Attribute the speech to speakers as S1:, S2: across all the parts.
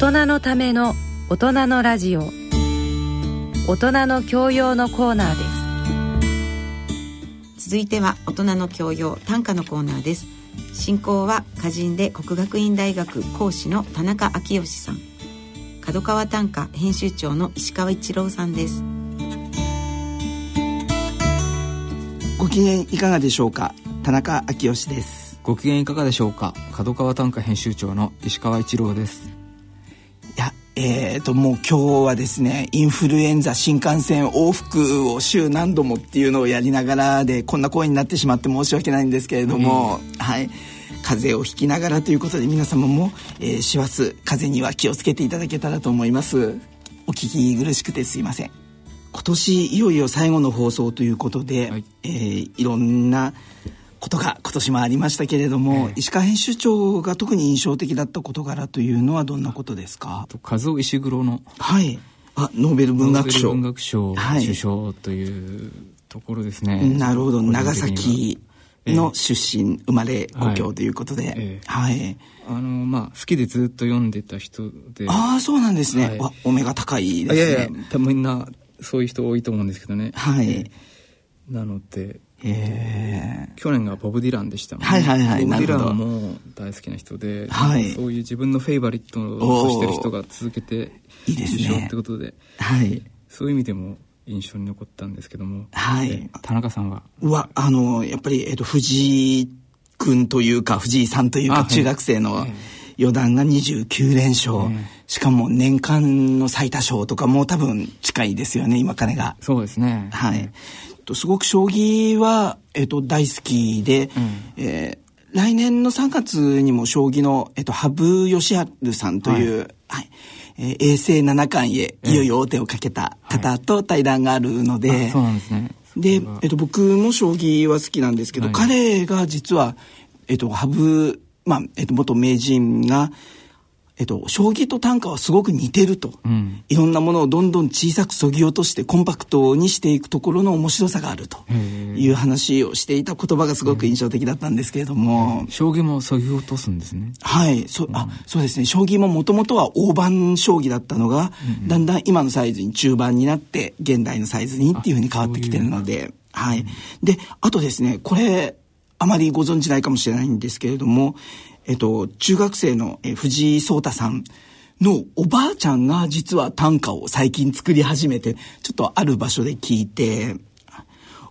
S1: 人のための大人のラジオ大人の教養のコーナーです
S2: 続いては大人の教養短歌のコーナーです進行は歌人で国学院大学講師の田中昭義さん角川短歌編集長の石川一郎さんです
S3: ご機嫌いかがでしょうか田中昭義です
S4: ご機嫌いかがでしょうか角川短歌編集長の石川一郎です
S3: いやえーともう今日はですねインフルエンザ新幹線往復を週何度もっていうのをやりながらでこんな声になってしまって申し訳ないんですけれども、はい風邪をひきながらということで皆様も、えー、師走風邪には気をつけていただけたらと思いますお聞き苦しくてすいません今年いよいよ最後の放送ということで、
S4: はい
S3: いえーいろんなことが今年もありましたけれども、石川編集長が特に印象的だった事柄というのはどんなことですか
S4: と和尾石黒の
S3: はいあノーベル文学賞
S4: ノーベル文学賞
S3: はい
S4: 受賞というところですね、
S3: なるほど
S4: 個人的には
S3: 長崎の出身、生まれ故郷ということで、
S4: ええ
S3: はい
S4: あのまあ好きでずっと読んでた人で
S3: ああそうなんですね、
S4: はい
S3: あお目が高い
S4: あ
S3: で
S4: い
S3: す
S4: や
S3: ね
S4: いや多分みんなそういう人多いと思うんですけどね
S3: はい
S4: なので
S3: え
S4: 去年がボブ・ディランでしたもんね
S3: はいはいはい
S4: ボブ・
S3: なる
S4: ディ
S3: ほ
S4: ラ
S3: ど
S4: ンも大好きな人で、
S3: はい
S4: そういう自分のフェイバリットとしてる人が続けて
S3: おーいいですね
S4: 受賞ってことで
S3: えはい
S4: そういう意味でも印象に残ったんですけども、
S3: はい
S4: えー田中さんは
S3: うわ、あの、やっぱり、えっと、藤井くんというか、藤井さんという
S4: あ
S3: か、
S4: はい
S3: 中学生の四段が29連勝
S4: え。
S3: しかも年間の最多勝とかもう多分近いですよね、今彼が。
S4: そうですね
S3: はい。とすごく将棋は、えっと、大好きで、えー来年の3月にも将棋の、えっと、羽生善治さんという、はいえー永世七冠へいよいよ王手をかけた方と対談があるので、
S4: あそうなんですね
S3: で
S4: それは、
S3: えっと、僕も将棋は好きなんですけど、
S4: はい
S3: 彼が実は、えっと、羽生、まあ、えっと、元名人が、えっと、将棋と短歌はすごく似てると、
S4: うん
S3: いろんなものをどんどん小さくそぎ落としてコンパクトにしていくところの面白さがあると
S4: へえ
S3: いう話をしていた言葉がすごく印象的だったんですけれども、
S4: 将棋もそぎ落とすんですね
S3: はい、そ、あ、そうですね。将棋ももともとは大盤将棋だったのが、だんだん今のサイズに中盤になって、現代のサイズにっていうふうに変わってきてるので、はい。で、あとですね、これ、あまりご存知ないかもしれないんですけれども、えっと、中学生のえ藤井聡太さんのおばあちゃんが実は短歌を最近作り始めて、ちょっとある場所で聞いて、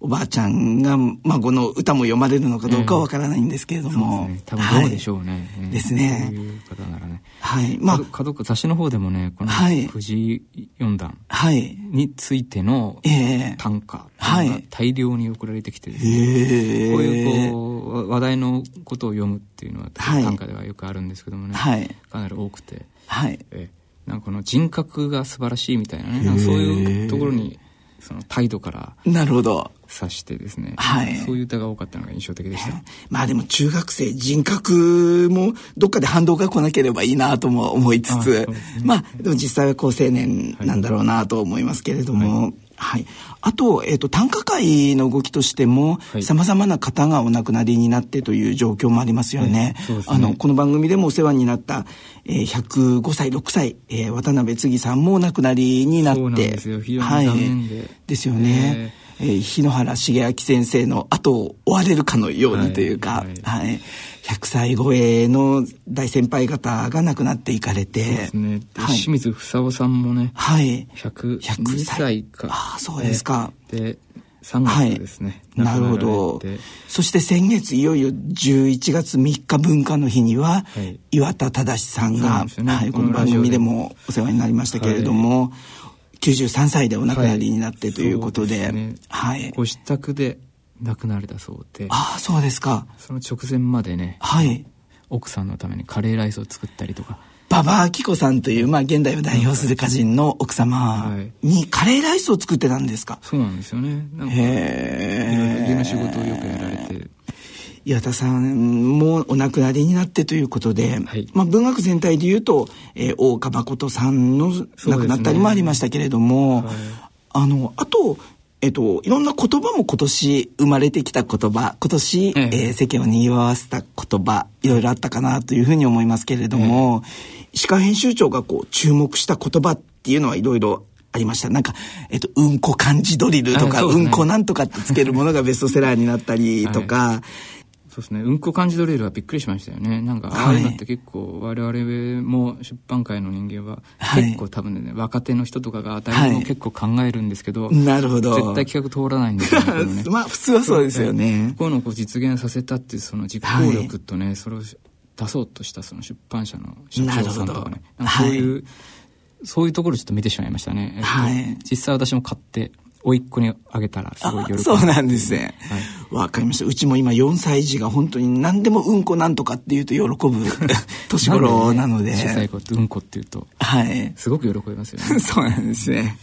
S3: おばあちゃんが孫の歌も読まれるのかどうかはわからないんですけれども、
S4: ね多分どうでしょうね、
S3: はい
S4: うん
S3: ですね
S4: そういう方ならね
S3: はい。まあ
S4: 角、角川雑誌の方でもねこの
S3: はい
S4: 藤井四段
S3: はい。
S4: についての
S3: ええ
S4: 短歌
S3: は
S4: が
S3: い
S4: 大量に送られてきてですね、
S3: ええ
S4: こういうこう話題のことを読むっていうのは
S3: はい
S4: 短歌ではよくあるんですけどもね、
S3: はい
S4: かなり多くて
S3: はい。
S4: えなんかこの人格が素晴らしいみたいなねなんかそういうところにその態度から
S3: なるほど。
S4: 察してですね、
S3: はい
S4: そういう歌が多かったのが印象的でした。
S3: まあでも中学生人格もどっかで反動が来なければいいなとも思いつ
S4: あそう
S3: つ
S4: です、ね
S3: まあでも実際は高青年なんだろうなと思いますけれども、はい。あと、えっ、と、短歌会の動きとしても、
S4: はい
S3: 様々な方がお亡くなりになってという状況もありますよね。
S4: はいそうですね
S3: あの、この番組でもお世話になった、えー105歳、6歳、えー渡辺次さんもお亡くなりになって。
S4: そうなんですよ非常に残念で
S3: はいですよね。えー日野原茂明先生の後を追われるかのようにというか、は
S4: はいい
S3: 100歳超えの大先輩方が亡くなっていかれて、
S4: そうですね。で
S3: はい
S4: 清水房夫さんもね、
S3: はい、
S4: 102
S3: 100
S4: 歳か。
S3: ああそうですか
S4: で、3
S3: はい
S4: 月ですね。
S3: なるほ
S4: 亡く
S3: ど
S4: られて
S3: そして先月いよいよ11月3日文化の日には、
S4: はい
S3: 岩田忠さん
S4: そうな
S3: が
S4: んですよね
S3: はい、こ
S4: こ
S3: の
S4: のラ
S3: 番
S4: ジオで
S3: 組でもお世話になりましたけれども、93歳でお亡くなりになってということで、
S4: そうすね
S3: はい、
S4: ご自宅で亡くなれたそうで、
S3: ああそうですか
S4: その直前までね、
S3: はい
S4: 奥さんのためにカレーライスを作ったりとか、
S3: 馬場明子さんという、まあ、現代を代表する歌人の奥様にカレーライスを作ってたんですか。
S4: そうなんですよね。なんか、いろいろ家の
S3: へ
S4: 仕事をよくやられて、
S3: え。岩田さんもお亡くなりになってということで、
S4: はい
S3: まあ、文学全体で言うと、えー、大岡誠さんの亡くなったりもありましたけれども、
S4: はい
S3: あの、あと、えっと、いろんな言葉も今年生まれてきた言葉、今年、
S4: え
S3: え
S4: え
S3: ー世間を賑わせた言葉、いろいろあったかなというふうに思いますけれども、石川編集長がこう注目した言葉っていうのはいろいろありました。なんか、えっと、うんこ漢字ドリルと
S4: あ
S3: か、
S4: そう
S3: う
S4: ですね
S3: んこなんとかってつけるものがベストセラーになったりと か、
S4: そうですね。うんこ漢字ドリルはびっくりしましたよね。なんか、ああいうのって結構、我々も出版界の人間は、
S3: はい
S4: 結構多分ね、若手の人とかが当たり
S3: は
S4: も
S3: い
S4: 結構考えるんですけど、
S3: なるほど。
S4: 絶対企画通らないんですよね。これね
S3: まあ、普通はそうですよね。
S4: こういうのをこう実現させたっていうその実行力とね、それを出そうとしたその出版社の社長さんとかね
S3: なるほど
S4: なんかそういう、そういうところちょっと見てしまいましたね、えっと
S3: はい
S4: 実際私も買って甥っ子にあげたらすごい喜
S3: あ
S4: ぶ
S3: そうなんですね
S4: はい。
S3: わ、かりました。うちも今4歳児が本当に何でもうんこなんとかって言うと喜 ぶ年頃なので。
S4: 小さい子ってうんこっていうと
S3: はい。
S4: すごく喜びます よね
S3: そうなんですね。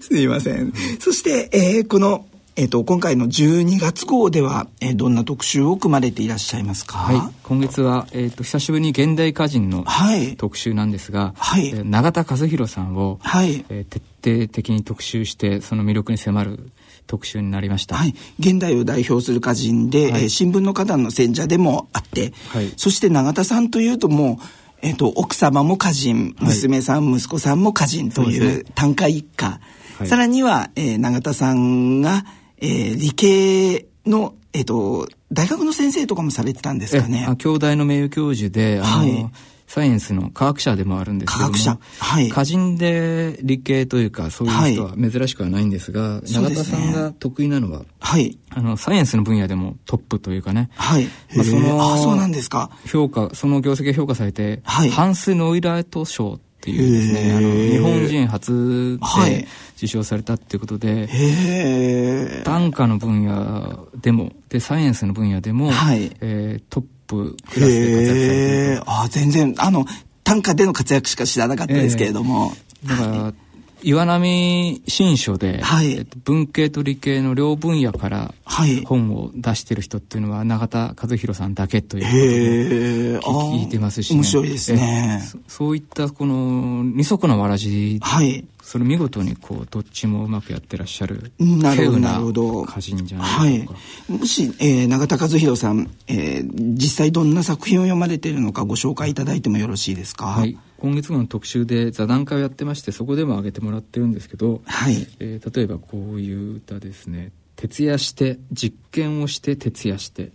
S3: すいません。そして、えーこの、えっ、と、今回の12月号では、えーどんな特集を組まれていらっしゃいますか
S4: はい今月は、えっと久しぶりに現代歌人の
S3: はい。
S4: 特集なんですが、
S3: はい
S4: えー永田和弘さんを、
S3: はい。
S4: えー徹底的に特集してその魅力に迫る特集になりました、
S3: はい、現代を代表する歌人で、
S4: はい
S3: えー新聞の花壇の選者でもあって、
S4: はい
S3: そして永田さんというともう、えっと奥様も歌人
S4: い
S3: 娘さん、息子さんも歌人と
S4: そうで
S3: い
S4: す
S3: う短歌一家、
S4: はい
S3: さらには、えー永田さんが、えー理系の、えっと大学の先生とかもされてたんですか
S4: え
S3: ね
S4: あ。京大の名誉教授で、あの、
S3: はい
S4: サイエンスの科学者でもあるんですけど
S3: 科
S4: も。
S3: 学者はい
S4: 歌人で理系というか、そういう人は珍しくはないんですが、
S3: そう
S4: 永
S3: で
S4: 田
S3: すね
S4: さんが得意なのは、
S3: はい
S4: あの、サイエンスの分野でもトップというかね、
S3: はい、
S4: まあその
S3: あそうなんですか。
S4: 評価、その業績が評価されて、
S3: はい
S4: ハンス・ノイラート賞っていうです
S3: へ
S4: ね、
S3: ー
S4: あの、日本人初
S3: は
S4: で
S3: い
S4: 受賞されたっていうことで、
S3: へえ。
S4: 短歌の分野でも、で、サイエンスの分野でも、
S3: はい
S4: えートップクラスで活躍されていると
S3: へーあ全然あの短歌での活躍しか知らなかったですけれども、
S4: だから、岩波新書で、
S3: はい
S4: えっと文系と理系の両分野から
S3: はい。
S4: 本を出してる人っていうのは永田和弘さんだけということで
S3: へえ。
S4: 聞聞いてますし、ね、
S3: 面白いですね
S4: え。そそういったこの二足のわらじ、
S3: はい。
S4: それ見事にこうどっちもうまくやってらっしゃる、
S3: なるほど、
S4: 稀
S3: なるほど。
S4: 有歌人じゃ
S3: は
S4: ないで
S3: い
S4: しょうか。。
S3: もし、えー、永田和弘さん、えー実際どんな作品を読まれているのかご紹介いただいてもよろしいですか
S4: はい。今月号の特集で座談会をやってまして、そこでも挙げてもらってるんですけど、
S3: はい。
S4: えー例えばこういう歌ですね「徹夜して実験をして徹夜して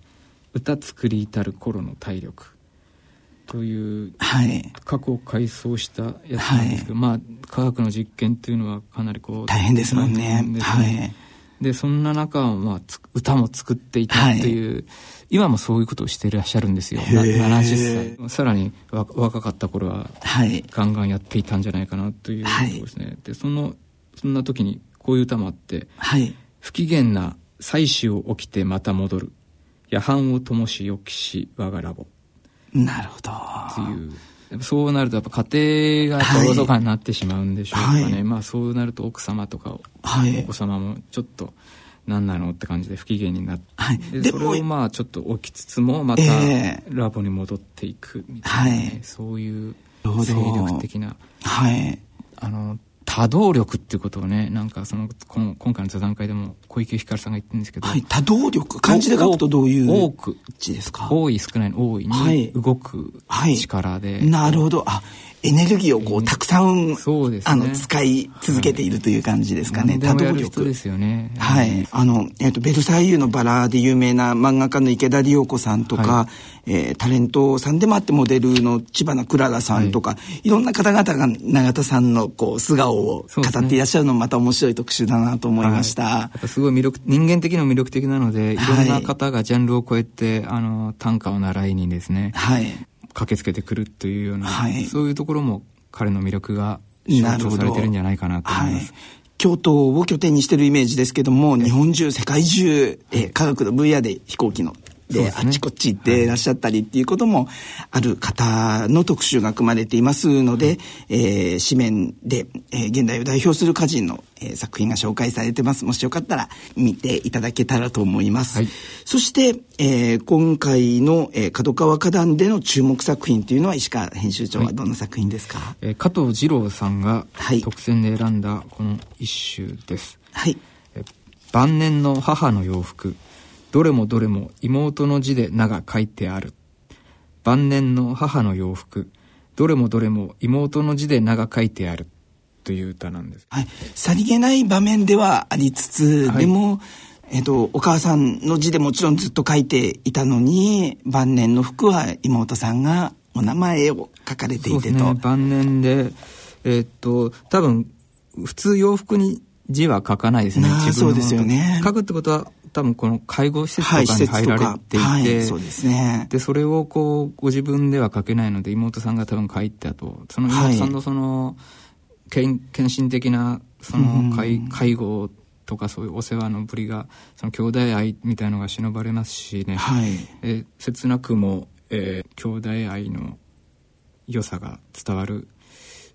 S4: 歌作り至る頃の体力」という
S3: はい。
S4: 過去を回想したやつなんですけど、まあ科学の実験というのはかなりこう
S3: 大変ですもんね
S4: 大変。です
S3: は
S4: ね
S3: い。
S4: でそんな中、まあ、つ歌も作っていたという、今もそういうことをしていらっしゃるんですよな
S3: へー
S4: 70歳さらにわ若かった頃は
S3: はい。
S4: ガンガンやっていたんじゃないかなというところですね、でそのそんな時にこういう歌もあって
S3: はい。
S4: 「不機嫌な妻子を起きてまた戻る夜半を灯しよきし我がラボ」
S3: なるほど。
S4: っていうやっぱそうなるとやっぱ家庭がやっぱおろそかになってしまうんでしょうかね、
S3: はい
S4: まあそうなると奥様とか
S3: は
S4: お
S3: い
S4: 子。様もちょっと何なのって感じで不機嫌になって、
S3: はい
S4: で
S3: で
S4: それをまあちょっと起きつつもまた
S3: ええ
S4: ラボに戻っていくみたいな、ね
S3: はい
S4: そういう
S3: なるほど
S4: 精力的な。
S3: はい。
S4: あの多動力っていうことをねなんかそのこの今回の座談会でも小池ひかるさんが言ってるんですけど、
S3: はい。多動力。漢字で書くとどういう
S4: 多く
S3: 字ですか
S4: 多い少ないの多い
S3: はい
S4: に動く
S3: はい
S4: 力で、
S3: なるほど。あ、エネルギーをこう、たくさん、
S4: そうですね
S3: あの、使い続けているという感じですかね。
S4: 何でもや
S3: 多動
S4: る人
S3: 力
S4: で。すよね
S3: はい。あの、えっ、と、ベルサイユのバラで有名な漫画家の池田理代子さんとか、
S4: は
S3: えータレントさんでもあってモデルの千葉なクララさんとか、い、ろんな方々が永田さんのこう、素顔を
S4: そうですね
S3: 語っていらっしゃるのもまた面白い特集だなと思いました。
S4: やっぱすごい魅力人間的にも魅力的なのでいろん
S3: は
S4: ない方がジャンルを超えて、あの短歌を習いにですね
S3: はい。
S4: 駆けつけてくるというような、
S3: はい
S4: そういうところも彼の魅力が象徴されてるんじゃないかなと思います。
S3: 京都を拠点にしてるイメージですけども、日本中、世界中、えー科学の分野で飛行機の、
S4: そう
S3: で、
S4: です
S3: あ
S4: ね
S3: っちこっち行っていらっしゃったりっていうこともある方の特集が組まれていますので、えー紙面で、えー現代を代表する歌人の、えー作品が紹介されてます。もしよかったら見ていただけたらと思います。
S4: はい
S3: そして、えー今回の、えー角川花壇での注目作品というのは、石川編集長はどんな作品ですか、はい、
S4: えー加藤二郎さんが
S3: はい
S4: 特選で選んだこの一首です。
S3: はい。
S4: え晩年の母の洋服どれもどれも妹の字で名が書いてある晩年の母の洋服どれもどれも妹の字で名が書いてあるという歌なんです
S3: はい、さりげない場面ではありつつ、
S4: はい
S3: でも、えっと、お母さんの字でもちろんずっと書いていたのに晩年の服は妹さんがお名前を書かれて
S4: そう
S3: い
S4: で
S3: て
S4: す
S3: と、
S4: ね晩年でえーっと多分普通洋服に字は書かないですね
S3: なあ
S4: 自分のものと
S3: そうですよね
S4: 書くってことは多分この介護施設
S3: はい
S4: と
S3: 施
S4: かに
S3: 設
S4: 入
S3: と
S4: られ
S3: か
S4: ていて、
S3: はいそうですね
S4: でそれをこうご自分では書けないので妹さんが多分書いたとその
S3: はい
S4: 妹さんのその、献献身的なその介介護とかそういうお世話のぶりがその兄弟愛みたいのが忍ばれますしね、
S3: はい
S4: えー切なくも、えー兄弟愛の良さが伝わる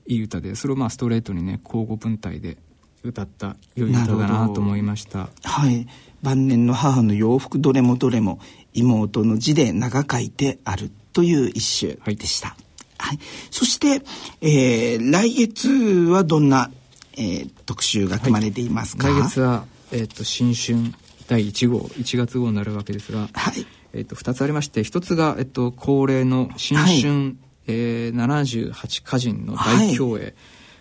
S4: いい歌でそれをまあストレートにね交互文体で歌った良い歌だ
S3: なるほ
S4: な
S3: ど
S4: と思いました。
S3: はい晩年の母の洋服どれもどれも妹の字で名が書いてあるという一首でした、はいそして、えー来月はどんな、えー特集が組まれていますか、
S4: 来月は、えっと新春第1号1月号になるわけですが、
S3: はい
S4: えっと2つありまして1つが、えっと恒例の新春、
S3: はい
S4: えー78歌人の大競泳、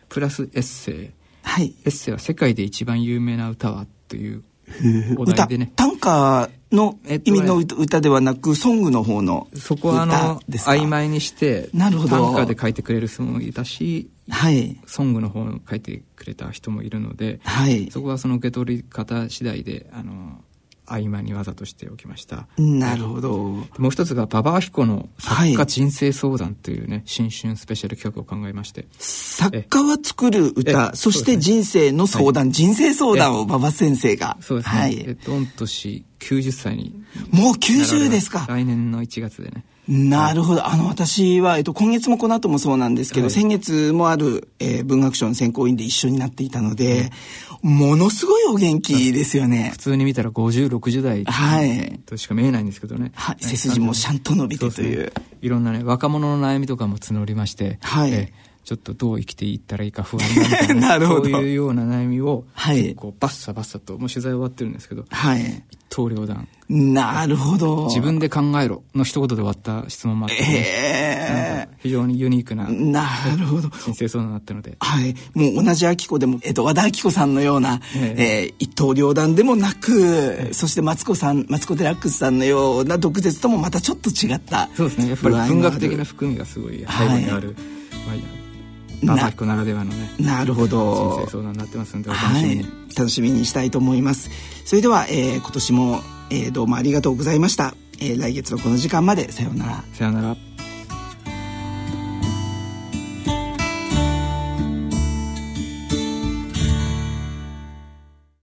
S4: プラスエッセイ
S3: はい
S4: エッセイは世界で一番有名な歌はというお
S3: 歌
S4: 題でね
S3: 短歌の
S4: えっと
S3: 意味の歌,、ではなくソングの方の
S4: そこはあの
S3: 歌ですか
S4: 曖昧にして
S3: なるほど
S4: 短歌で書いてくれる人もいたし
S3: はい
S4: ソングの方を書いてくれた人もいるので、
S3: はい
S4: そこはその受け取り方次第であの合間に技としておきました
S3: なるほど
S4: もう一つが馬場彦の作
S3: はい
S4: 家人生相談というね、新春スペシャル企画を考えまして
S3: 作家は作る歌
S4: え
S3: そして人生の相談、人生相談を馬場先生が
S4: そうですね、
S3: は
S4: えっ
S3: い、
S4: と御年90歳に
S3: もう
S4: なられ
S3: 90
S4: ます
S3: ですか
S4: 来年の1月でね
S3: なるほど。あの、私は、えっと、今月もこの後もそうなんですけど、
S4: はい
S3: 先月もある、えー文学賞の選考委員で一緒になっていたので、ものすごいお元気ですよね
S4: 普。通に見たら5060代
S3: はい
S4: としか見えないんですけどね、
S3: はい
S4: ね
S3: 背筋もシャンと伸びてという
S4: そですねいろんなね若者の悩みとかも募りまして、
S3: はい
S4: えちょっとどう生きていったらいいか不安だみたいな
S3: なるほど
S4: そういうような悩みを、
S3: はい
S4: 結構バッサバッサともう取材終わってるんですけど
S3: はい。
S4: 一刀両断
S3: なるほど。
S4: 自分で考えろの一言で終わった質問もあって、ね
S3: え
S4: 非常にユニークな
S3: えなるほど。
S4: 人生相談だったので
S3: はい。もう同じ秋子でも、えっと、和田秋子さんのような、
S4: ええ
S3: えー一刀両断でもなく、そしてマツコさん、マツコデラックスさんのような毒舌ともまたちょっと違った。
S4: そうですねやっぱり文学的な含みがすごい背後にある、まあ、馬場彦ならではのね
S3: なるほ
S4: 人
S3: ど
S4: 生。相談になってますんでお楽し
S3: は
S4: みに。
S3: い。楽しみにしたいと思います。それでは、えー今年も、えーどうもありがとうございました。えー来月のこの時間まで、さようなら。
S4: さよなら